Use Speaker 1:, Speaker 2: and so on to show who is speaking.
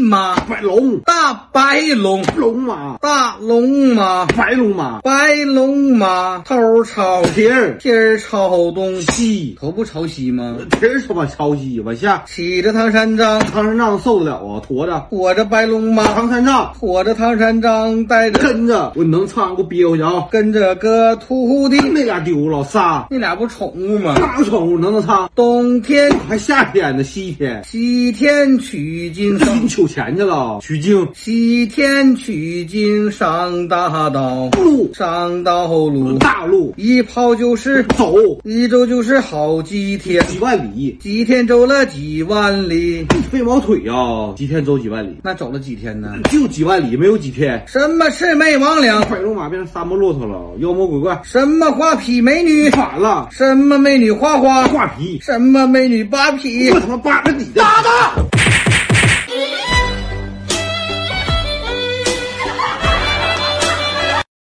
Speaker 1: 马、
Speaker 2: 白龙，
Speaker 1: 大白龙、
Speaker 2: 龙马，
Speaker 1: 大龙马、
Speaker 2: 白龙马，
Speaker 1: 白龙马，头儿朝
Speaker 2: 蹄儿
Speaker 1: 天儿朝东，
Speaker 2: 西，
Speaker 1: 头不朝西吗？
Speaker 2: 蹄儿他妈朝西，往下。
Speaker 1: 起着唐三藏，
Speaker 2: 唐三藏受得了啊，驮着
Speaker 1: 驮着白龙马，
Speaker 2: 唐三藏
Speaker 1: 驮着唐三藏，带着
Speaker 2: 跟着，我能唱给我憋回去啊！
Speaker 1: 跟着个徒弟，
Speaker 2: 那俩丢老仨，
Speaker 1: 那俩不宠物吗？
Speaker 2: 那宠物能能唱？
Speaker 1: 冬天
Speaker 2: 还夏天呢，西天，
Speaker 1: 西天取经上，
Speaker 2: 取钱去了，取经
Speaker 1: 西天取经上大道，
Speaker 2: 路
Speaker 1: 上道路，
Speaker 2: 大路
Speaker 1: 一跑就是
Speaker 2: 走
Speaker 1: 一周就是好几天，
Speaker 2: 几万里，
Speaker 1: 几天走了几万里，
Speaker 2: 飞毛腿呀、几天走几万里，
Speaker 1: 那走了几天呢？
Speaker 2: 就几万里，没有几天。
Speaker 1: 什么魑魅魍魉，
Speaker 2: 白龙马变成沙漠骆驼了，妖魔鬼怪
Speaker 1: 什么画痞美女，
Speaker 2: 反了，
Speaker 1: 什么美女花花，
Speaker 2: 画皮，
Speaker 1: 什么美女扒皮。
Speaker 2: 我他妈扒个你的！打他！